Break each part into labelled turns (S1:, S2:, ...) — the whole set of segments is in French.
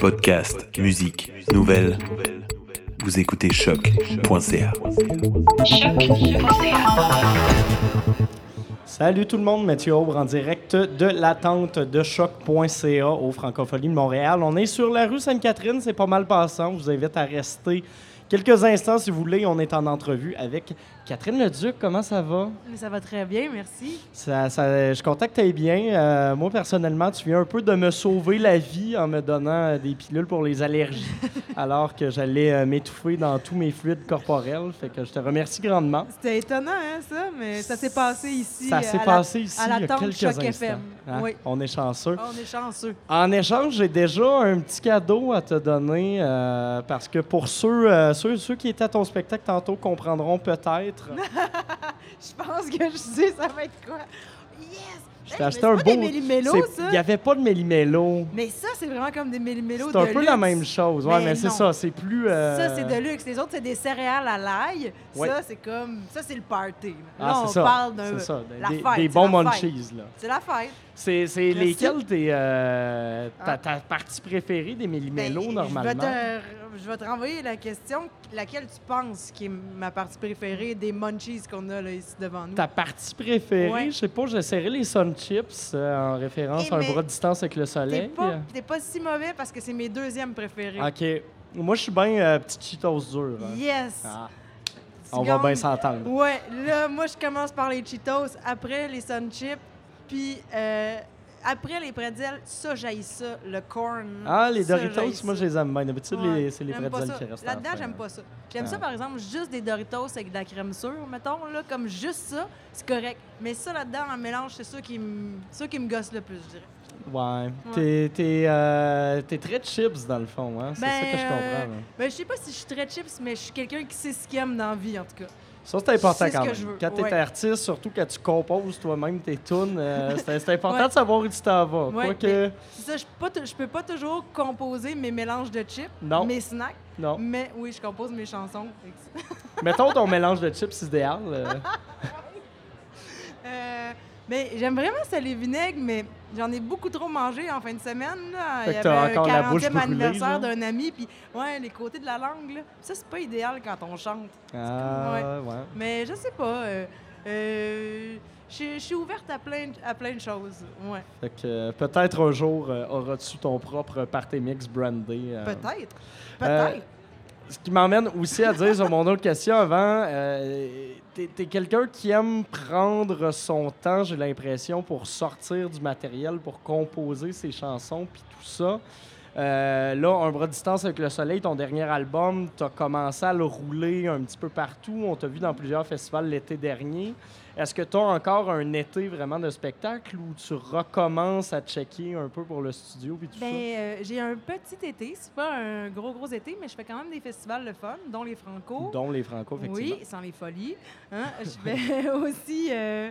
S1: Podcast, musique, nouvelles. Vous écoutez choc.ca.
S2: Salut tout le monde, Mathieu Aubre en direct de l'attente de choc.ca au Francophonie de Montréal. On est sur la rue Sainte-Catherine, c'est pas mal passant. Je vous invite à rester quelques instants si vous voulez. On est en entrevue avec Catherine Leduc. Comment ça va?
S3: Mais ça va très bien, merci.
S2: Ça, ça- je contacte que t'ailles bien. Euh, moi, personnellement, tu viens un peu de me sauver la vie en me donnant euh, des pilules pour les allergies, alors que j'allais euh, m'étouffer dans tous mes fluides corporels. Fait que je te remercie grandement.
S3: C'était étonnant, hein, ça, mais ça s'est passé ici.
S2: Ça
S3: euh,
S2: s'est
S3: à la-
S2: passé ici
S3: à
S2: il y a
S3: l'attente
S2: quelques
S3: Choc
S2: instants.
S3: FM.
S2: Hein?
S3: Oui. Oh,
S2: On est chanceux.
S3: On est chanceux.
S2: En échange, j'ai déjà un petit cadeau à te donner euh, parce que pour ceux, euh, ceux, ceux qui étaient à ton spectacle tantôt comprendront peut-être.
S3: Je pense que je sais ça va être quoi. Yes!
S2: Je
S3: Hey,
S2: t'ai
S3: mais
S2: acheté
S3: c'est
S2: un
S3: pas
S2: beau.
S3: des mélimélos,
S2: c'est-
S3: ça.
S2: Il n'y avait pas de mélimélo.
S3: Mais ça, c'est vraiment comme des mélimélos
S2: C'est
S3: de
S2: un peu la
S3: luxe.
S2: même chose. Ouais, mais,
S3: Mais
S2: c'est
S3: non.
S2: ça. C'est plus. euh,
S3: Ça, c'est de luxe. Les autres, c'est des céréales à l'ail.
S2: Ouais.
S3: Ça, c'est comme... Ça, c'est le party. Là,
S2: Ah, c'est
S3: on
S2: ça.
S3: parle d'un...
S2: C'est ça, des-
S3: la
S2: des,
S3: fête,
S2: des
S3: c'est
S2: bons
S3: la fête.
S2: munchies, là.
S3: C'est la fête.
S2: C'est, c'est
S3: Merci.
S2: lesquels tes, euh, ta,
S3: Ah.
S2: ta partie préférée des
S3: Ben,
S2: mélimélos,
S3: je vais
S2: normalement?
S3: te- je vais te renvoyer la question. Laquelle tu penses qui est ma partie préférée des munchies qu'on a là, ici devant nous?
S2: Ta partie préférée,
S3: Ouais.
S2: je sais pas, j'essaierai les Sun Chips euh, en référence
S3: Eh,
S2: à un
S3: mais
S2: bras de distance avec le
S3: T'es
S2: soleil. Euh,
S3: pas, t'es pas si mauvais parce que c'est mes deuxièmes préférés.
S2: OK. Moi, je suis bien euh, petite Cheetos dure. hein.
S3: Yes!
S2: Ah,
S3: Tu
S2: on va
S3: gagnes.
S2: bien s'entendre.
S3: Ouais, là, moi, je commence par les Cheetos, après les Sun Chips, puis euh, après les pretzels, ça, j'aille ça, le corn.
S2: Ah, les
S3: ça,
S2: Doritos,
S3: j'haïs
S2: moi,
S3: ça.
S2: je les aime bien. D'habitude,
S3: Ouais,
S2: les- c'est les
S3: j'aime pas
S2: pretzels
S3: ça.
S2: qui restent. à la
S3: Là-dedans,
S2: fin,
S3: j'aime
S2: hein.
S3: pas ça. J'aime
S2: Ah.
S3: ça, par exemple, juste des Doritos avec de la crème sûre, mettons, là, comme juste ça, c'est correct. Mais ça, là-dedans, en mélange, c'est ça qui me ça qui me gosse le plus, je dirais.
S2: Ouais.
S3: Ouais.
S2: T'es, t'es, euh, t'es très chips, dans le fond. Hein? C'est
S3: Ben,
S2: ça que je comprends.
S3: euh,
S2: là.
S3: Ben, je sais pas si je suis très chips, mais je suis quelqu'un qui sait ce qu'il aime dans la vie, en tout cas.
S2: Ça, c'est important
S3: c'est ce
S2: quand
S3: que
S2: même.
S3: je veux,
S2: Quand t'es
S3: ouais.
S2: artiste, surtout quand tu composes toi-même tes tunes, euh, c'est, c'est important
S3: Ouais.
S2: de savoir où tu t'en vas.
S3: Ouais,
S2: Quoique,
S3: C'est ça, je peux pas tou- je peux pas toujours composer mes mélanges de chips,
S2: Non.
S3: mes snacks,
S2: non.
S3: mais oui, je compose mes chansons. Fait que ça-
S2: Mettons ton mélange de chips idéal. euh,
S3: Euh, mais j'aime vraiment salé vinaigre, mais j'en ai beaucoup trop mangé en fin de semaine. Là.
S2: Fait
S3: Il y
S2: que
S3: avait
S2: t'as
S3: un
S2: encore la bouche
S3: 40e
S2: brûlée,
S3: anniversaire
S2: là.
S3: d'un ami, puis ouais, les côtés de la langue, là. ça c'est pas idéal quand on chante.
S2: ah, ouais.
S3: Mais je sais pas, euh, euh, je je suis ouverte à plein, de- à plein de choses. Ouais,
S2: Fait que euh, peut-être un jour euh, auras-tu ton propre party mix brandé. euh.
S3: peut-être,
S2: Euh,
S3: peut-être.
S2: Ce qui m'emmène aussi à dire sur mon autre question avant, euh, t'es t'es quelqu'un qui aime prendre son temps, j'ai l'impression, pour sortir du matériel, pour composer ses chansons, puis tout ça. Euh, là, Un bras de distance avec le soleil, ton dernier album, t'as commencé à le rouler un petit peu partout. On t'a vu dans plusieurs festivals l'été dernier. Est-ce que t'as encore un été vraiment de spectacle où tu recommences à checker un peu pour le studio puis tout
S3: Ben, euh, j'ai un petit été, c'est pas un gros gros été, mais je fais quand même des festivals le fun, dont les
S2: ça?
S3: Franco.
S2: Dont les Franco, effectivement.
S3: oh! oui, sans les folies. hein. je vais aussi euh,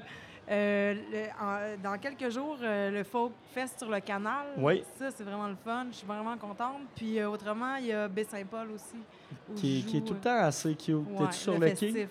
S3: euh, le- en- dans quelques jours euh, le Folk Fest sur le canal.
S2: Oui.
S3: Ça c'est vraiment le fun, je suis vraiment contente. Puis euh, autrement, il y a Baie-Saint-Paul aussi où
S2: qui,
S3: je
S2: qui est
S3: joue,
S2: tout le
S3: euh,
S2: temps assez cute.
S3: ouais,
S2: T'es-tu sur le, quai?
S3: festif.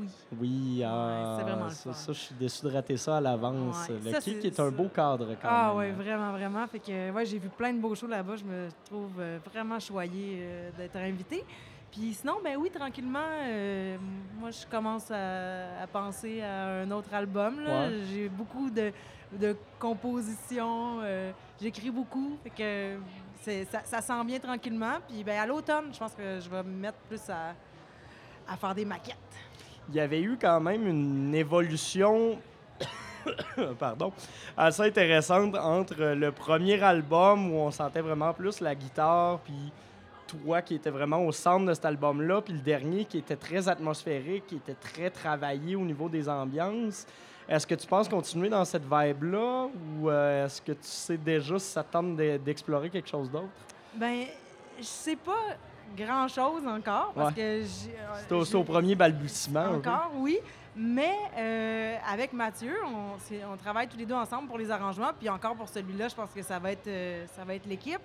S3: Oui.
S2: Oui, ah,
S3: c'est vraiment le
S2: ça,
S3: fun.
S2: ça, je suis déçu de rater ça à l'avance.
S3: Ouais,
S2: Le
S3: ça,
S2: quai
S3: c'est-
S2: qui est un beau cadre quand
S3: Ah oui,
S2: même. hein.
S3: vraiment, vraiment. Fait que ouais, j'ai vu plein de beaux shows là-bas. Je me trouve euh, vraiment choyée euh, d'être invitée. Puis sinon, ben oui, tranquillement, euh, moi je commence à, à penser à un autre album. là.
S2: Ouais.
S3: J'ai beaucoup de, de compositions. euh, J'écris beaucoup. Fait que c'est- ça, ça s'en vient tranquillement. Puis ben à l'automne, je pense que je vais me mettre plus à, à faire des maquettes.
S2: Il y avait eu quand même une évolution pardon, assez intéressante entre le premier album où on sentait vraiment plus la guitare, puis toi qui était vraiment au centre de cet album-là, puis le dernier qui était très atmosphérique, qui était très travaillé au niveau des ambiances. Est-ce que tu penses continuer dans cette vibe-là ou euh, est-ce que tu sais déjà si ça te tente de- d'explorer quelque chose d'autre?
S3: Ben, je sais pas grand-chose encore parce
S2: Ouais.
S3: que j'ai- euh,
S2: C'était au,
S3: j'ai-
S2: c'est au premier balbutiement. un peu.
S3: Encore, oui. Mais euh, avec Mathieu, on, c'est- on travaille tous les deux ensemble pour les arrangements. Puis encore pour celui-là, je pense que ça va être, euh, ça va être l'équipe.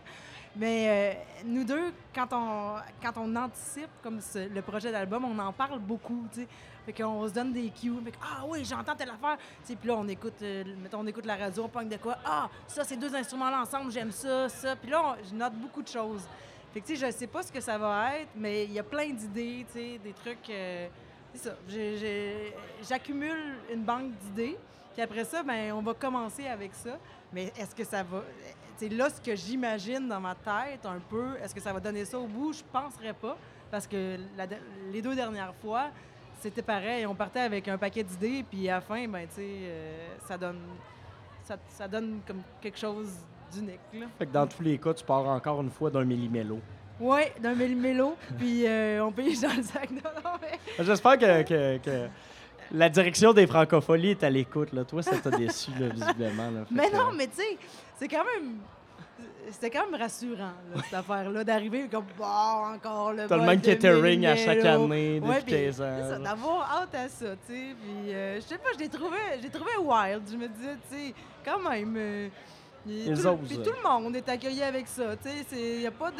S3: Mais euh, nous deux, quand on, quand on anticipe comme ce- le projet d'album, on en parle beaucoup, tu sais. Fait qu'on se donne des cues. Fait que, ah oui, j'entends telle affaire. Tu sais, puis là, on écoute, euh, mettons, on écoute la radio, on pogne de quoi. Ah, ça, ces deux instruments-là ensemble, j'aime ça, ça. Puis là, on- je note beaucoup de choses. Fait que, tu sais, je sais pas ce que ça va être, mais il y a plein d'idées, tu sais, des trucs... euh, c'est ça. J'ai- j'ai- J'accumule une banque d'idées. Puis après ça, ben, on va commencer avec ça. Mais est-ce que ça va. C'est là ce que j'imagine dans ma tête un peu. Est-ce que ça va donner ça au bout? Je penserais pas. Parce que la de- les deux dernières fois, c'était pareil. On partait avec un paquet d'idées. Puis à la fin, ben, tu sais, euh, ça donne. Ça, ça donne comme quelque chose d'unique. là.
S2: Fait que dans tous les cas, tu pars encore une fois d'un millimélo.
S3: Oui, d'un mélo. Puis euh, on paye dans le sac. Non, non, mais-
S2: J'espère que, que- que la direction des francopholies est à l'écoute. là. Toi, ça t'a déçu, là, visiblement. là. Fait
S3: Mais
S2: que,
S3: non, mais tu sais, c'est quand même. C'était quand même rassurant, là, cette affaire-là, d'arriver comme, bon, encore le.
S2: T'as le
S3: bol
S2: même
S3: de
S2: catering à chaque
S3: Milo.
S2: année depuis
S3: Ouais, puis
S2: 15
S3: c'est ça,
S2: ans. là.
S3: d'avoir hâte à ça, tu sais. Puis, euh, je sais pas, je l'ai trouvé, je l'ai trouvé wild. Je me disais, tu sais, quand même. euh, il-
S2: Ils
S3: tout, le-
S2: osent.
S3: Puis tout le monde est accueilli avec ça, tu sais. Il n'y a pas de.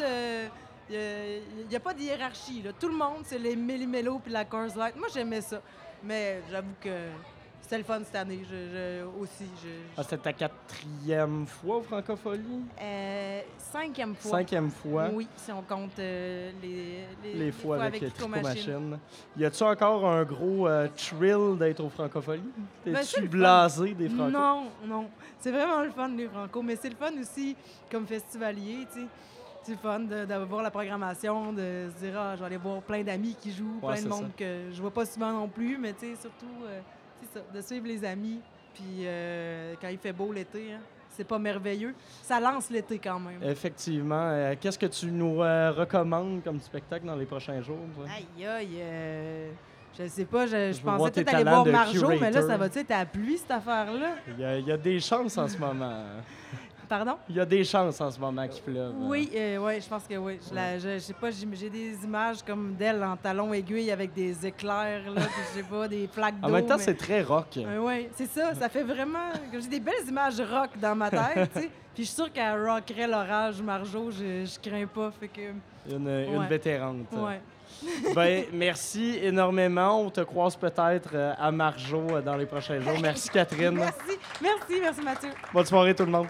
S3: Il n'y a, pas de hiérarchie, là. Tout le monde, c'est les Mélimélo puis la Coors Light. Moi, j'aimais ça. Mais j'avoue que c'était le fun cette année, je, je- aussi. Je, je-
S2: Ah, C'était ta quatrième fois aux francopholies?
S3: euh, cinquième fois.
S2: Cinquième fois.
S3: Oui, si on compte euh, les, les,
S2: Les fois avec,
S3: Kiko
S2: Trico
S3: Machine.
S2: Machine. Y a-tu encore un gros euh, thrill d'être aux francopholies?
S3: Ben, c'est
S2: T'es-tu
S3: le fun.
S2: blasé des francophones?
S3: Non, non. C'est vraiment le fun, les Franco. Mais c'est le fun aussi, comme festivalier, tu sais. C'est le fun de- d'avoir la programmation, de se dire, ah, je vais aller voir plein d'amis qui jouent,
S2: Ouais,
S3: plein
S2: c'est
S3: de monde que je vois pas souvent non plus, mais tu sais, surtout, euh, c'est ça, de suivre les amis. Puis euh, quand il fait beau l'été, hein, c'est pas merveilleux. Ça lance l'été quand
S2: Eh
S3: même.
S2: Effectivement. Euh, Qu'est-ce que tu nous euh, recommandes comme spectacle dans les prochains jours? toi?
S3: Aïe, aïe, euh, je sais pas, je, je
S2: veux voir
S3: pensais
S2: tes
S3: peut-être aller
S2: talents
S3: voir
S2: de
S3: Marjo, mais là,
S2: curator.
S3: ça va-tu être à la pluie, cette affaire-là?
S2: Il y, a- il y a des chances en ce moment. hein.
S3: Pardon?
S2: Il y a des chances en ce moment qu'il pleuve.
S3: Oui, euh, ouais, je pense que oui. Je, la- je- je sais pas, j'im- j'ai des images comme d'elle en talons aiguilles avec des éclairs, là, puis je sais pas, des plaques d'eau.
S2: hein. En même temps,
S3: mais-
S2: c'est très rock. hein.
S3: Euh, ouais, c'est ça, ça fait vraiment. comme J'ai des belles images rock dans ma tête, tu sais. Puis je suis sûre qu'elle rockerait l'orage, Marjo, je, je crains pas. Fait que.
S2: Une, une
S3: Ouais.
S2: vétérante.
S3: Ouais.
S2: Ben, merci énormément. On te croise peut-être euh, à Marjo euh, dans les prochains jours. Merci, Catherine.
S3: Merci, merci, merci Mathieu.
S2: Bonne soirée, tout le monde.